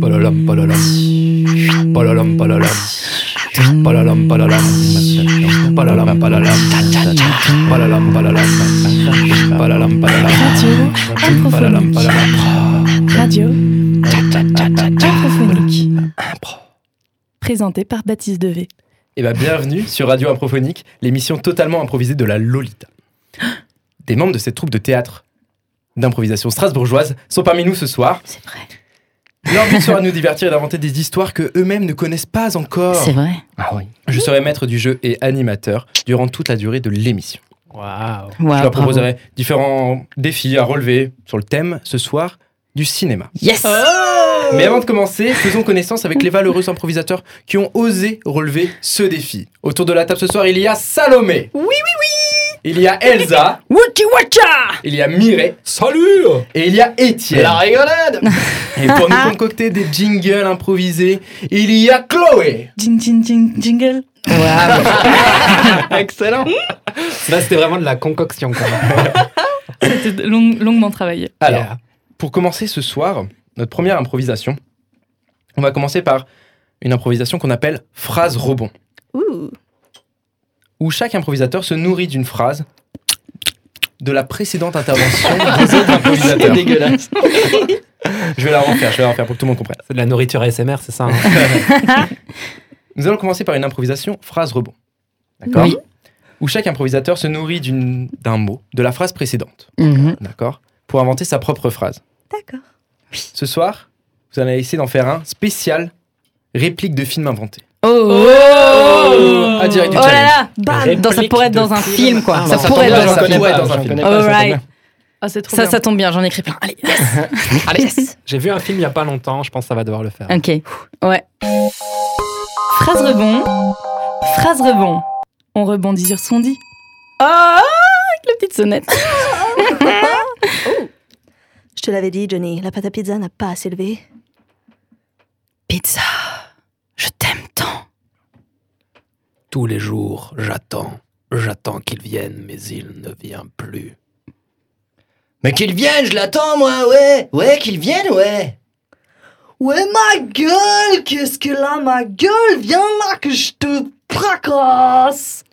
Palalam, palalam. Palalam, palalam. Palalam, palalam. Palalam, palalam. Palalam, palalam. Palalam, palalam. Palalam, palalam. Radio Improphonique, Impro. présentée par Baptiste Devé. Eh bah, bien, bienvenue sur Radio Improphonique, l'émission totalement improvisée de la Lolita. Des membres de cette troupe de théâtre d'improvisation strasbourgeoise sont parmi nous ce soir. C'est vrai. Leur but sera de nous divertir et d'inventer des histoires que eux-mêmes ne connaissent pas encore. C'est vrai. Ah oui. Je serai maître du jeu et animateur durant toute la durée de l'émission. Waouh. Je Waouh, leur Ah, bravo. proposerai différents défis à relever sur le thème ce soir du cinéma. Yes Mais avant de commencer, faisons connaissance avec les valeureux improvisateurs qui ont osé relever ce défi. Autour de la table ce soir, il y a Salomé. Oui, oui, oui Il y a Elsa. Wookie Watcha il y a Mireille. Salut Et il y a Étienne. La rigolade Et pour nous concocter des jingles improvisés, il y a Chloé. Jing, jing, jing, jingle. Excellent Là, c'était vraiment de la concoction, quand même. C'était long- longuement travaillé. Alors, Yeah. pour commencer ce soir, notre première improvisation, on va commencer par une improvisation qu'on appelle phrase rebond. Ouh. où chaque improvisateur se nourrit d'une phrase de la précédente intervention des autres improvisateurs. dégueulasse. Je vais la refaire, je vais la refaire pour que tout le monde comprenne. C'est de la nourriture ASMR, c'est ça hein Nous allons commencer par une improvisation phrase rebond. D'accord Oui. Où chaque improvisateur se nourrit d'une- d'un mot, de la phrase précédente. Mhm. D'accord Pour inventer sa propre phrase. D'accord. Ce soir, vous allez essayer d'en faire un spécial réplique de film inventé. Oh, Oh Ah, direct oh du là challenge. là Bam Dans- Ça pourrait être dans un film, quoi. Ah, ça bah, pourrait tombe être bien, dans j'en un connais film. pas, j'en connais pas, All ça tombe right. bien. Ah, c'est trop Ça, bien. ça tombe bien, j'en ai écrit plein. Allez, yes Allez, yes J'ai vu un film il y a pas longtemps, je pense que ça va devoir le faire. Ok, ouais. Phrase rebond. Phrase rebond. On rebondit sur son dit. Oh Avec la petite sonnette. Je te l'avais dit, Johnny, la pâte à pizza n'a pas à s'élever. Pizza, je t'aime tant. Tous les jours, j'attends. J'attends qu'il vienne, mais il ne vient plus. Mais qu'il vienne, je l'attends, moi, ouais. Ouais, qu'il vienne, ouais. Ouais, ma gueule Qu'est-ce que là, ma gueule Viens là que je te fracasse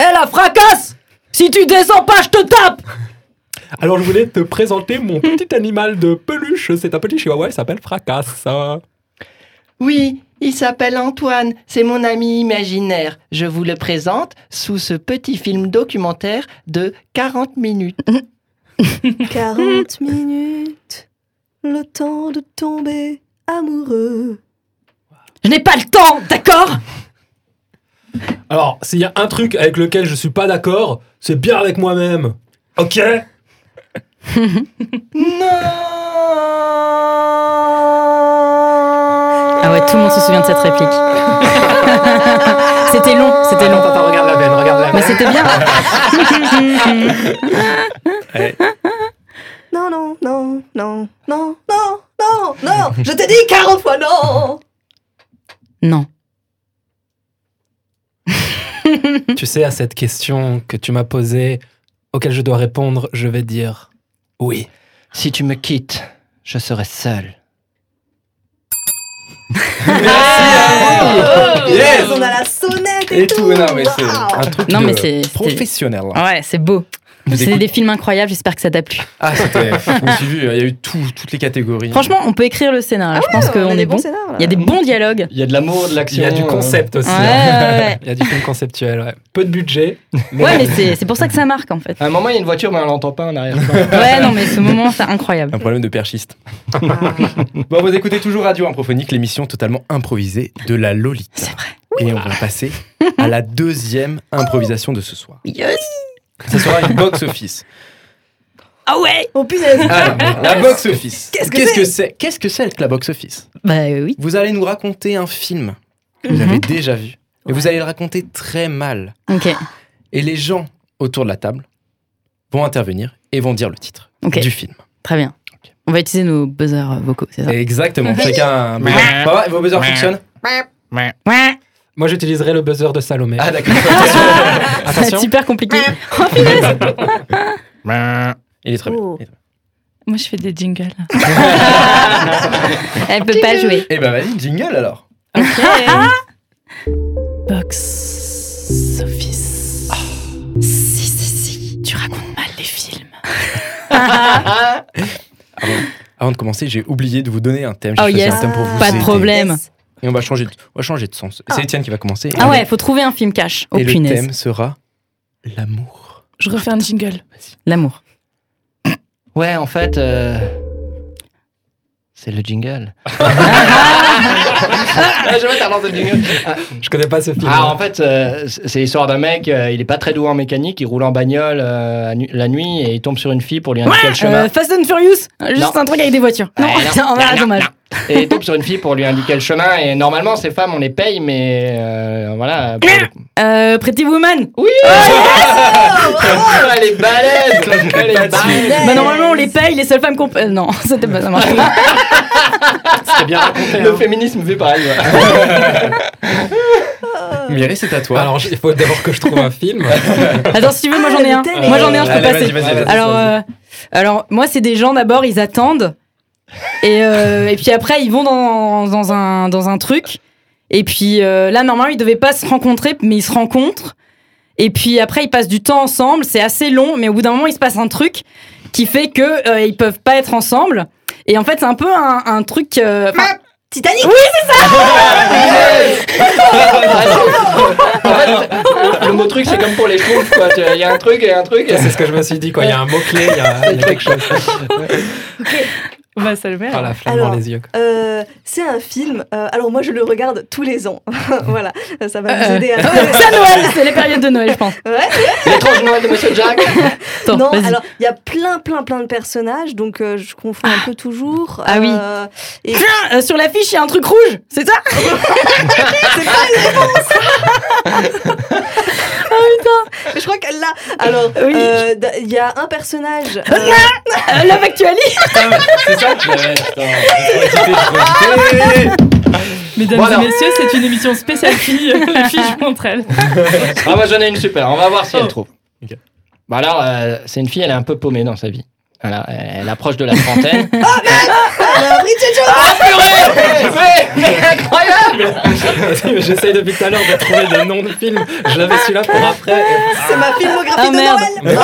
Eh la fracasse Si tu descends pas, je te tape Alors, je voulais te présenter mon petit animal de peluche. C'est un petit chihuahua, il s'appelle Fracasse. Oui, il s'appelle Antoine, c'est mon ami imaginaire. Je vous le présente sous ce petit film documentaire de 40 minutes. 40 minutes, le temps de tomber amoureux. Je n'ai pas le temps, d'accord Alors, s'il y a un truc avec lequel je suis pas d'accord, c'est bien avec moi-même. Ok Non Ah ouais, tout le monde se souvient de cette réplique. c'était long, c'était long. Attends, regarde la veine, regarde la Mais c'était bien. Non, non, non, non, non, non, non, non Je t'ai dit 40 fois non non. Tu sais, à cette question que tu m'as posée, auquel je dois répondre, je vais dire oui. Si tu me quittes, je serai seul. Oh. Yes On a la sonnette et, Et tout, non mais c'est Ah. Waouh. un truc Non, de mais c'est- c'était- professionnel. Ouais, c'est beau. Vous C'est écoutez- des films incroyables, j'espère que ça t'a plu. Ah, c'était. J'ai vu, il y a eu tout- toutes les catégories. Franchement, on peut écrire le scénario. je pense On a qu'on des est bons bon. scénars, là. Il y Ah a des bons dialogues. Il y a de l'amour, de l'action. euh. Il y a du concept aussi. Ouais, hein. ouais, ouais. Il y a du film conceptuel, ouais. Peu de budget. Ouais, mais c'est- c'est pour ça que ça marque en fait. À un moment, il y a une voiture, mais on l'entend pas en arrière. Ouais, non, mais ce moment, c'est incroyable. Un problème de perchiste. bon, vous écoutez toujours Radio Improphonique, l'émission totalement improvisée de la Lolita. C'est vrai. Et on va passer à la deuxième improvisation de ce soir. Yes. Ce sera une box office. Ah ouais Oh punaise Alors, la box office. Qu'est-ce que que c'est Qu'est-ce que c'est que la box office Bah euh, oui. Vous allez nous raconter un film que vous avez déjà vu. Et vous allez le raconter très mal. Ok, Et les gens autour de la table vont intervenir et vont dire le titre Ok. du film. très bien. On va utiliser nos buzzers vocaux, c'est ça Exactement. Chacun a un buzzer. Ça va Vos buzzers fonctionnent Ouais Moi, j'utiliserai le buzzer de Salomé. Ah, d'accord. C'est Attention. super compliqué. Il est très Oh. bien. Moi, je fais des jingles. Elle peut pas jouer. Eh ben vas-y, jingle alors. Box office. Si, si, si. Tu racontes mal les films. Avant de commencer, j'ai oublié de vous donner un thème. J'ai Oh choisi yes. un thème pour vous Pas de aider. problème. Et on va changer de, on va changer de sens. C'est Étienne qui va commencer. Ah ouais, faut trouver un film cash. Oh Et le punaise. thème sera l'amour. Je refais un jingle. L'amour. Ouais, en fait, euh, c'est le jingle. Ah, je vais t'avoir le jingle. Je connais pas ce film. Ah, en fait, euh, c'est l'histoire d'un mec, euh, il est pas très doué en mécanique, il roule en bagnole euh, à nu- la nuit et il tombe sur une fille pour lui indiquer le chemin. Euh, Fast and Furious Non. Juste un truc avec des voitures. Ouais, Non, non, oh, non, ah, voilà, non, dommage. Et il tombe sur une fille pour lui indiquer le chemin. Et normalement, ces femmes, on les paye, mais euh, voilà. pour le- euh, Pretty Woman Elle est balèze Elle est balèze Bah normalement on les paye, les seules femmes qu'on paye. Non, c'était pas ça. marche pas. c'était bien raconté. Le féminisme fait pareil. ouais. Mireille, Euh. c'est à toi. Alors, il faut d'abord que je trouve un film. Attends, si tu veux, moi Ah, j'en ai le un. télé. Moi j'en ai un, je peux euh, Allez, passer. vas-y, vas-y, vas-y. Alors, euh, alors moi c'est des gens d'abord, ils attendent. Et, euh, et puis après ils vont dans, dans, un, dans un truc. Et puis euh, là normalement ils devaient pas se rencontrer, mais ils se rencontrent. Et puis après ils passent du temps ensemble, c'est assez long, mais au bout d'un moment il se passe un truc qui fait que euh, ils peuvent pas être ensemble. Et en fait c'est un peu un, un truc... euh, enfin, Titanic En fait, le mot truc, c'est comme pour les chevaux, quoi. Tu- Il y a un truc, il y a un truc. C'est ce que je me suis dit, quoi. Il y a un mot-clé, il y, a il y a quelque chose. Bah, ça le met. Ah, la flamme Alors. dans les yeux. quoi. Euh, c'est un film. euh, alors moi, je le regarde tous les ans. voilà, ça va vous Euh, aider à. C'est à Noël, c'est les périodes de Noël je pense. Ouais. L'étrange Noël de Monsieur Jack. Attends, non, vas-y. alors il y a plein, plein, plein de personnages, donc euh, je confonds un peu toujours. Ah oui. Euh, Tiens, euh, sur l'affiche, il y a un truc rouge, c'est ça mais Ah, je crois qu'elle l'a. Alors, Oui. euh, d- il y a un personnage. euh, Euh, Love Actually C'est ça que j'avais. Mesdames Voilà. et messieurs, c'est une émission spéciale filles. les filles jouent entre elles. Ah, moi, j'en ai une super. On va voir si elle trouve. Ok. Bah alors, euh, c'est une fille, elle est un peu paumée dans sa vie. Voilà, elle elle approche de la trentaine. euh, Bridget Jones. J'essaye depuis tout à l'heure de trouver des noms de films. Je l'avais celui-là pour après. C'est ma filmographie Ah, de merde. Noël.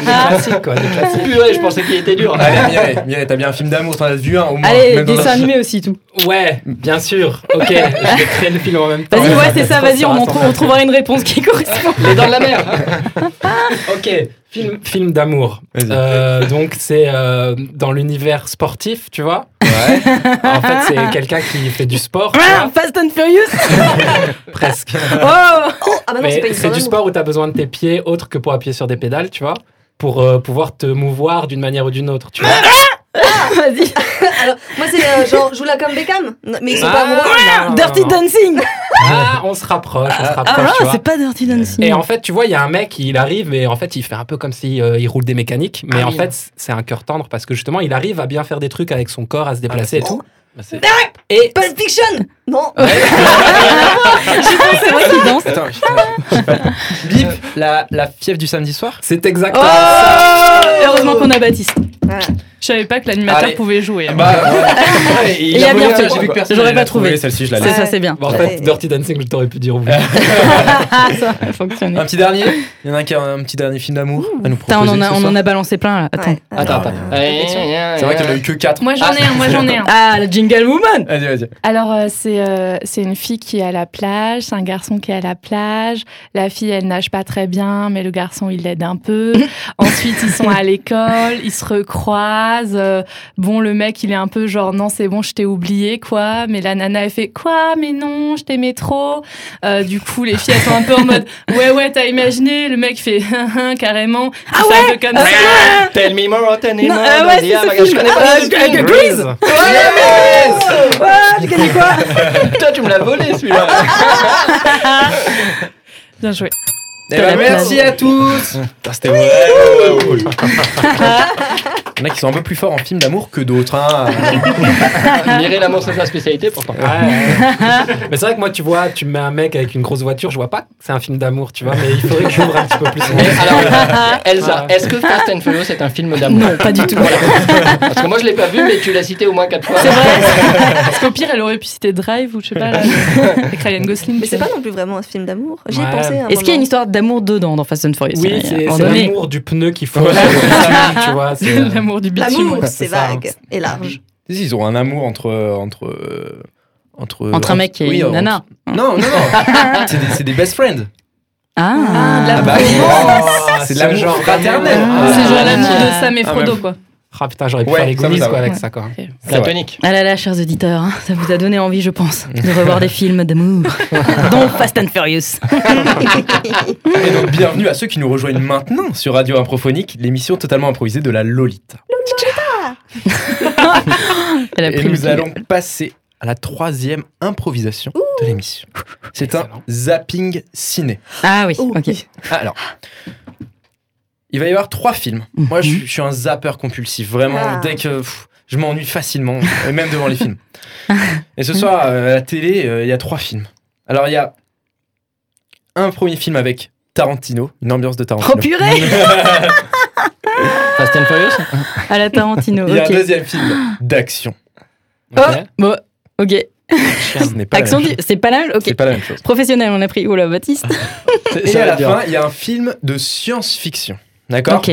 Des classiques, quoi. Des classiques. Purée, je pensais qu'il était dur. Allez, Mireille, Mireille, t'as bien un film d'amour, t'en as vu un au moins. Allez, même dans dessin un- animé aussi, tout. Ouais, bien sûr. Ok, je vais créer le film en même temps. Vas-y, ouais, c'est ça, vas-y, on, en Attends, trouve- on trouvera une réponse qui correspond. Les dents de la mer. Ok, film, film d'amour. Vas-y. Euh, donc c'est euh, dans l'univers sportif, tu vois. Ouais. En fait, c'est quelqu'un qui fait du sport, tu Ah, vois, Fast and Furious presque. Oh Oh, ah bah non, c'est pas Mais une c'est histoire du d'amour. sport où t'as besoin de tes pieds autres que pour appuyer sur des pédales, tu vois, pour euh, pouvoir te mouvoir d'une manière ou d'une autre, tu vois. Vas-y. Alors, moi, c'est euh, genre, je joue la comme Beckham. Non, mais ils Ah. sont pas amoureux. non, Dirty non, non. Dancing Ah, Ah, on se rapproche, on se rapproche, tu vois. pas Dirty Dancing. Et en fait, tu vois, il y a un mec, il arrive et en fait, il fait un peu comme si euh, il roule des mécaniques, mais Ah en oui. fait, c'est un cœur tendre parce que justement, il arrive à bien faire des trucs avec son corps, à se déplacer et tout. Et Pulp Fiction. Non. Ah, c'est vrai qu'il danse. Attends, je- Bip, la, la fièvre du samedi soir. C'est exactement Oh ça. Heureusement qu'on a Baptiste. Je savais pas que l'animateur Allez. Ah, bah, pouvait jouer. hein. euh, il a bien trouvé, fait. j'ai vu que personne J'aurais n'allait pas la trouver, trouvé. Celle-ci, je la C'est laisse. ça, c'est bien. Bon, en fait, Dirty Dancing, je t'aurais pu dire au bout. Ah, ça a fonctionné. Un petit dernier. Il y en a un qui a un petit dernier film d'amour à nous proposer. Putain, on en a, ce on soir. en a balancé plein, là. Attends. Ouais. euh, Attends, attends. C'est vrai qu'il n'y en a eu que 4. Moi, j'en ai un, moi, j'en ai un. Ah, la Jingle Woman Vas-y, vas-y. Alors, euh, c'est euh, c'est une fille qui est à la plage, c'est un garçon qui est à la plage. La fille, elle nage pas très bien, mais le garçon, il l'aide un peu. Ensuite, ils sont à l'école, ils se recroisent. Euh, bon, le mec, il est un peu genre, non, c'est bon, je t'ai oublié, quoi. Mais la nana, elle fait, quoi, mais non, je t'aimais trop. Euh, du coup, les filles, elles sont un peu en mode, ouais, ouais, t'as imaginé. Le mec fait, Hein, hein, carrément. Ah ouais, comme ça. euh, Tell me more, tell me Non, more. euh, ouais, vas-y, c'est ah, ce bah, je film. connais pas. Ah, euh, Grease Ah, j'ai gagné quoi Toi, tu me l'as volé celui-là. Bien joué. Eh ben, merci à tous. Putain, C'était vraiment cool. Il y en a qui sont un peu plus forts en film d'amour que d'autres. hein. Mireille l'amour, c'est sa spécialité pourtant. mais c'est vrai que moi, tu vois, tu me mets un mec avec une grosse voiture, je vois pas que c'est un film d'amour, tu vois, mais il faudrait que j'ouvre un petit peu plus. Mais alors, Elsa, Ah. est-ce que Fast and Furious est un film d'amour Non, pas du tout. Parce que moi je l'ai pas vu, mais tu l'as cité au moins quatre fois. C'est vrai. Parce qu'au pire, elle aurait pu citer Drive ou je sais pas, là, avec Ryan Gosling. Mais c'est pas non plus vraiment un film d'amour. J'y ai Ouais. pensé. à un Est-ce qu'il y a une moment. histoire d'amour dedans dans Fast and Furious Oui, Il y c'est a un c'est moment donné. l'amour du pneu qu'il faut. tu vois, c'est- euh, l'amour du bitume. L'amour, c'est c'est ça, hein. vague et large. Si, Ils ont un amour entre. euh, Entre, euh, entre, Entre un mec et Oui, une entre- nana. Non, non, non. c'est des, c'est des best friends. Ah, Ah, de la Ah bah, Oh, c'est ce l'amour genre fraternel. d'amour. Ah. C'est genre l'amour de Ah. Sam et Ah, Frodo, même. quoi. Ah putain, j'aurais pu Ouais, faire ça, l'église ça quoi, va. avec Ouais. ça, quoi. Platonique. Ah là là, chers auditeurs, hein, ça vous a donné envie, je pense, de revoir des films d'amour, dont Fast and Furious. Et donc, bienvenue à ceux qui nous rejoignent maintenant sur Radio Improphonique, l'émission totalement improvisée de la Lolita. Elle a Et pris le nous film. allons passer à la troisième improvisation de l'émission. C'est un Excellent. zapping ciné. Ah oui, Oh, ok. oui. Alors, il va y avoir trois films. Mhm. Moi, je, je suis un zapper compulsif, vraiment. Ah. Dès que pff, je m'ennuie facilement, euh, même devant les films. Et ce soir, euh, à la télé, euh, il y a trois films. Alors, il y a un premier film avec Tarantino, une ambiance de Tarantino. Oh purée Fast and Furious À la Tarantino, il y a un ok. deuxième film d'action. Oh, bon, ok. Ce n'est pas la Action, même du- chose. c'est pas mal C'est Ok. pas la même chose. Professionnel, on a pris. Oula, Baptiste. Et à la fin, il y a un film de science-fiction. D'accord Ok.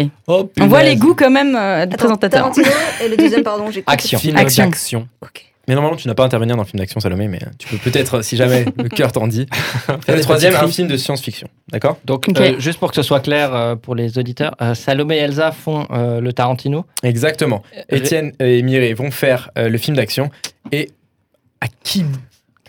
On voit les goûts quand même euh, du Attends, présentateur. Tarantino et le deuxième, pardon, j'ai Action. Film Action. d'action. Ok. Mais normalement, tu n'as pas à intervenir dans un film d'action, Salomé, mais euh, tu peux peut-être, si jamais le cœur t'en dit. Et le troisième, un film de science-fiction. D'accord Donc, Ok. euh, juste pour que ce soit clair euh, pour les auditeurs, euh, Salomé et Elsa font euh, le Tarantino. Euh, Exactement. Étienne et Mireille vont faire euh, le film d'action et à qui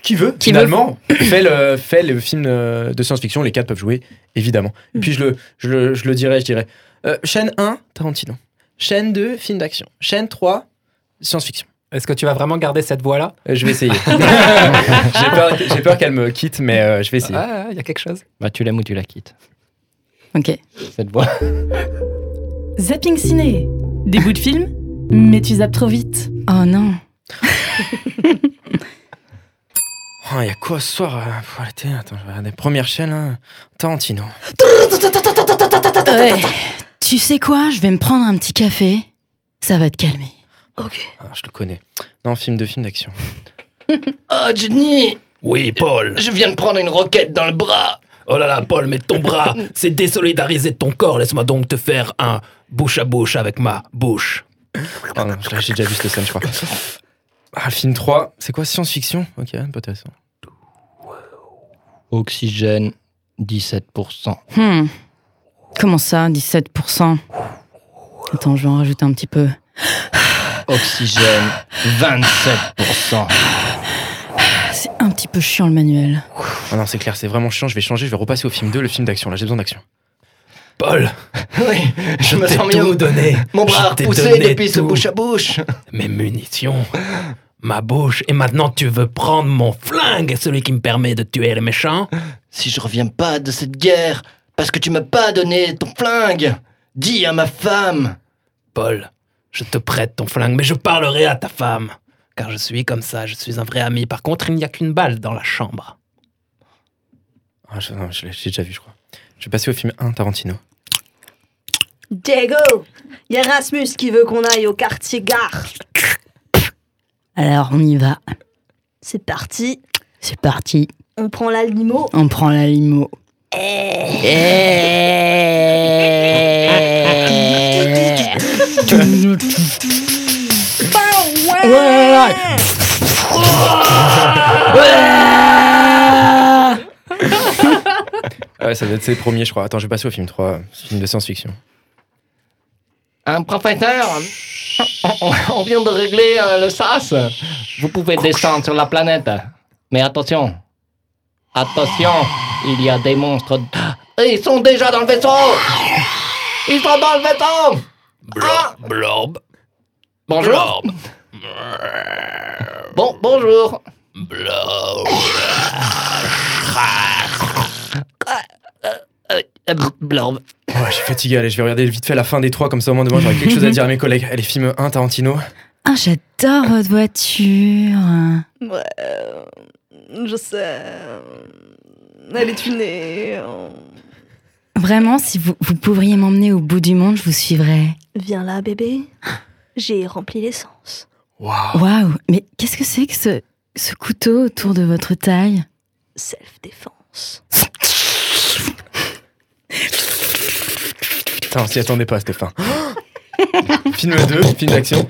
qui veut Qui veut. finalement fait le fait le film euh, de science-fiction les quatre peuvent jouer évidemment. Mm. Et puis je le je le, je le dirais je dirais euh, chaîne 1 Tarantino. Chaîne 2 film d'action. Chaîne 3 science-fiction. Est-ce que tu vas vraiment garder cette voix-là Euh, je vais essayer. j'ai peur j'ai peur qu'elle me quitte mais euh, je vais essayer. Ah, il y a quelque chose. Bah, tu l'aimes ou tu la quittes. Ok. Cette voix. Zapping ciné. Des bouts de films, mais tu zappes trop vite. Oh non. Oh, il y a quoi ce soir euh, pour la télé Attends, je vais regarder première chaîne hein. Tarantino. Ouais. Tu sais quoi Je vais me prendre un petit café. Ça va te calmer. Ah, je le connais. Non, film de film d'action. Oh, Johnny Oui, Paul. Je viens de prendre une roquette dans le bras Oh là là, Paul, mais ton bras, c'est désolidariser ton corps. Laisse-moi donc te faire un bouche à bouche avec ma bouche. Ah non, je l'ai- j'ai déjà vu cette scène, je crois. Ah, le film 3, c'est quoi Science-fiction Ok, intéressant. Oxygène, 17%. Hmm. Comment ça, 17% Attends, je vais en rajouter un petit peu. Oxygène, 27%. C'est un petit peu chiant le manuel. Ah non, c'est clair, c'est vraiment chiant, je vais changer, je vais repasser au film 2, le film d'action. Là, j'ai besoin d'action. Paul, Oui, je me t'ai sens mieux. tout donné. Mon bras a Je t'ai repoussé donné depuis ce tout. bouche à bouche. mes munitions, ma bouche. Et maintenant, tu veux prendre mon flingue, celui qui me permet de tuer les méchants Si je reviens pas de cette guerre, parce que tu m'as pas donné ton flingue, dis à ma femme. Paul, je te prête ton flingue, mais je parlerai à ta femme. Car je suis comme ça, je suis un vrai ami. Par contre, il n'y a qu'une balle dans la chambre. Ah, je, non, je l'ai j'ai déjà vu, je crois. Je vais passer au film 1, Tarantino. Diego, il y a Rasmus qui veut qu'on aille au quartier gare. Alors, on y va. C'est parti, C'est parti. on prend la limo. On prend la limo. Ah ouais, ça doit être ses premiers, je crois. Attends, je vais passer au film 3, film de science-fiction. Un professeur, on- on vient de régler euh, le sas. Vous pouvez descendre sur la planète. Mais attention, attention, il y a des monstres. Ils sont déjà dans le vaisseau Ils sont dans le vaisseau Ah Blorb, Bonjour Bon, bonjour Euh, euh, Blorb. Ouais, je suis fatigué, allez, je vais regarder vite fait la fin des trois, comme ça au moins demain j'aurai quelque chose à dire à mes collègues. Allez, film 1, Tarantino. Ah, j'adore votre voiture. Ouais, euh, je sais. Elle est tunée. euh. Vraiment, si vous, vous pourriez m'emmener au bout du monde, je vous suivrais. Viens là, bébé. J'ai rempli l'essence. Waouh Waouh, mais qu'est-ce que c'est que ce, ce couteau autour de votre taille Self-défense. Putain, on s'y attendait pas, Stéphane. film 2, film d'action.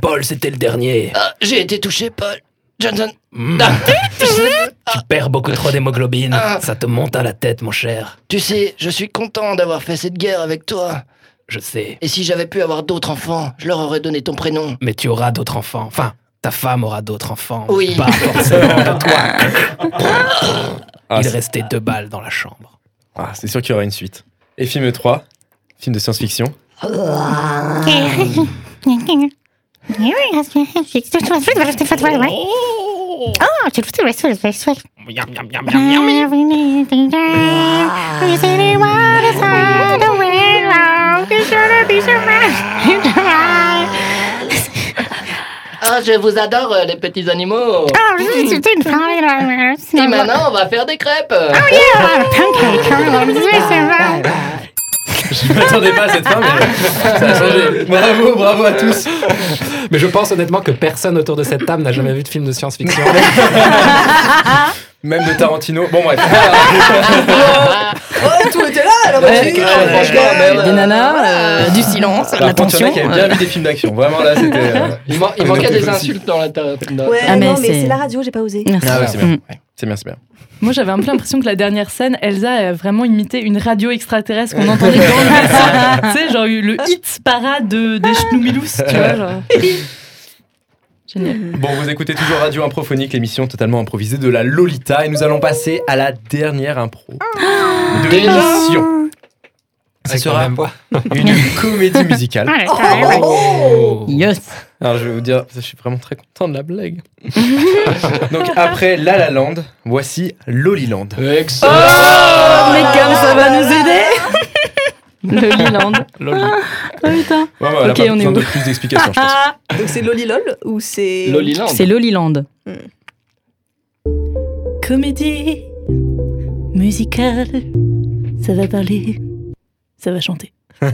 Paul, c'était le dernier. Euh, J'ai été touché, Paul. Johnson. Mm. tu perds beaucoup trop d'hémoglobine. Ah. Ça te monte à la tête, mon cher. Tu sais, je suis content d'avoir fait cette guerre avec toi. Je sais. Et si j'avais pu avoir d'autres enfants, je leur aurais donné ton prénom. Mais tu auras d'autres enfants. Enfin, ta femme aura d'autres enfants. Oui. Pas forcément de toi. Ah, Il c'est- restait deux balles dans la chambre. ah, c'est sûr qu'il y aura une suite. Et film 3, film de science-fiction. Ah, je vous adore, euh, les petits animaux. Et maintenant, on va faire des crêpes. Je m'attendais pas à cette fin, mais ça a changé. Bravo, bravo à tous. Mais je pense honnêtement que personne autour de cette table n'a jamais vu de film de science-fiction. Même de Tarantino. Bon, bref. Ouais, tout était là, la Ouais, voiture. ouais, franchement, mais, ouais, ouais. Des euh, nanas, euh, du silence, de Par contre, il y l'attention. en a qui avaient bien vu des films d'action. Vraiment, là, c'était. euh, Il, man- il Ah, manquait mais des non, insultes dans la table. Ouais, Ah, mais non, mais c'est- c'est la radio, j'ai pas osé. Merci. Ah ouais, c'est bien. Mm. Ouais, C'est bien, c'est bien. Moi, j'avais un peu l'impression que la dernière scène, Elsa a vraiment imité une radio extraterrestre qu'on entendait dans le vaisseau. tu sais, genre eu le hit parade de, des Schnoumilous, tu vois. Genre. Génial. Bon, vous écoutez toujours Radio Improphonique, l'émission totalement improvisée de la Lolita, et nous allons passer à la dernière impro de l'émission. Ça sera une comédie musicale. Oh, Yes. Alors, je vais vous dire, je suis vraiment très content de la blague. Donc, après La La Land, voici Loliland. Excellent. Oh Oh, mais comme ça va nous aider Le Liland. Oh putain. Ouais, ouais, elle a Ok, pas on est besoin où de plus d'explications, je pense. Donc c'est Lolilol ou c'est. Loliland. C'est Loliland. Comédie musicale. Ça va parler. Ça va chanter. Et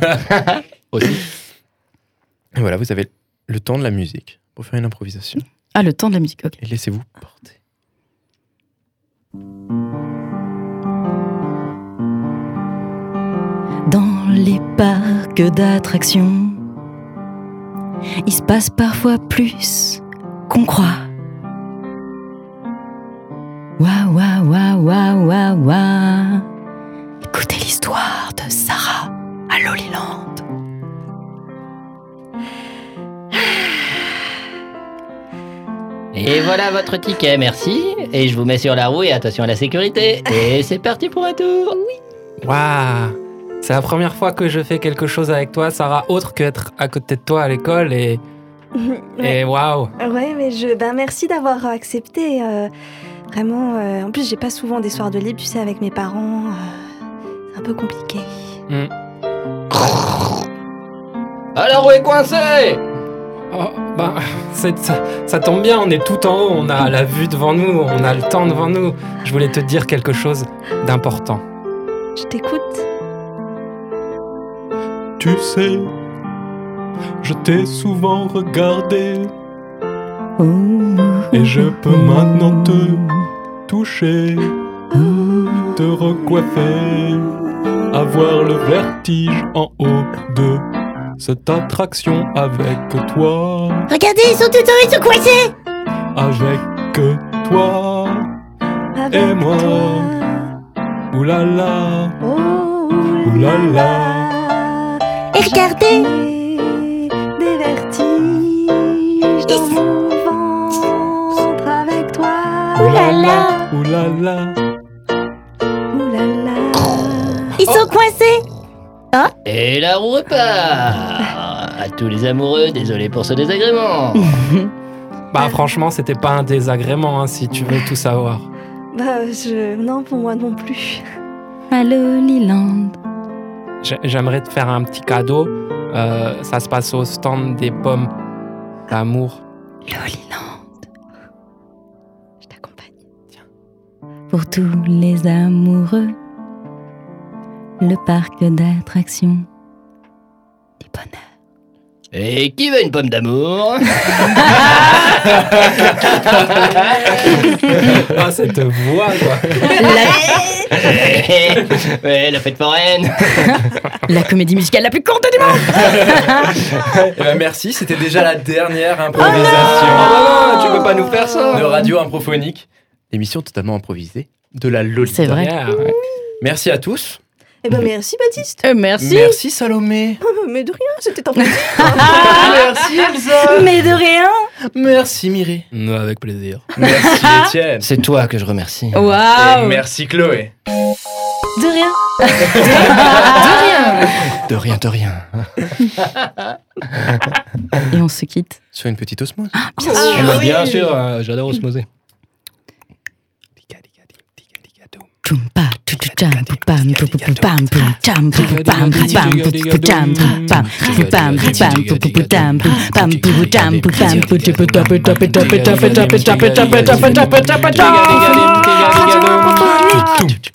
voilà, vous avez le temps de la musique pour faire une improvisation. Ah, le temps de la musique, ok. Et laissez-vous porter. Dans les parcs d'attractions, il se passe parfois plus qu'on croit. Waouh, waouh, waouh, waouh, waouh, waouh. Écoutez l'histoire de Sarah à Loliland. Et voilà votre ticket, merci. Et je vous mets sur la roue et attention à la sécurité. Et c'est parti pour un tour. Waouh C'est la première fois que je fais quelque chose avec toi, Sarah, autre que être à côté de toi à l'école et, Ouais. et waouh Ouais, mais je. Ben merci d'avoir accepté. euh, vraiment. euh, en plus, j'ai pas souvent des soirs de libre, tu sais, avec mes parents. euh, c'est un peu compliqué. Ah, la roue est coincée Oh, bah, c'est- ça, ça tombe bien, on est tout en haut, on a la vue devant nous, on a le temps devant nous. Je voulais te dire quelque chose d'important. Je t'écoute. Tu sais, je t'ai souvent regardé Oh. et je peux maintenant te toucher, te recoiffer, avoir le vertige en haut de cette attraction avec toi. Regardez, ils sont tout en haut, ils sont coincés avec toi Avec et moi. toi. Oulala, là Oh Oulala. là Et regardez. Des vertiges dans mon ventre avec toi. là, oulala, oulala. Ouh là là. Ils sont coincés Et la roue repart. À tous les amoureux, désolé pour ce désagrément. Bah franchement, c'était pas un désagrément hein, si tu veux tout savoir. Bah, je... Non, pour moi non plus. à Loliland. J'ai- J'aimerais te faire un petit cadeau. Euh, ça se passe au stand des pommes d'amour. Loliland. Je t'accompagne. Pour tous les amoureux. Le parc d'attractions du bonheur. Et qui veut une pomme d'amour Ah, cette voix, quoi. Ouais, la fête foraine La comédie musicale la plus courte du monde Eh ben, merci, c'était déjà la dernière improvisation Ah Oh, Tu peux pas nous faire ça de Radio Improphonique, l'émission totalement improvisée de la Lolita. C'est vrai. Yeah, ouais. Merci à tous. Eh ben merci Baptiste. Merci. Merci Salomé. Euh, Mais de rien, c'était en fait. Merci Elsa. Mais de rien Merci Mireille. Avec plaisir. Merci Étienne. C'est toi que je remercie. Et Waouh merci Chloé. De rien. De rien, de rien. Et on se quitte. Sur une petite osmose. Bah, Bien sûr, euh, j'adore osmoser. Chumpa, chuchucham, pam, pam, pam, pam, pam, pam, pam, pam, pam, pam, pam, pam, pam, pam, pam, pam, pam, pam, pam, pam, Tigadim, tigadim, tigadim.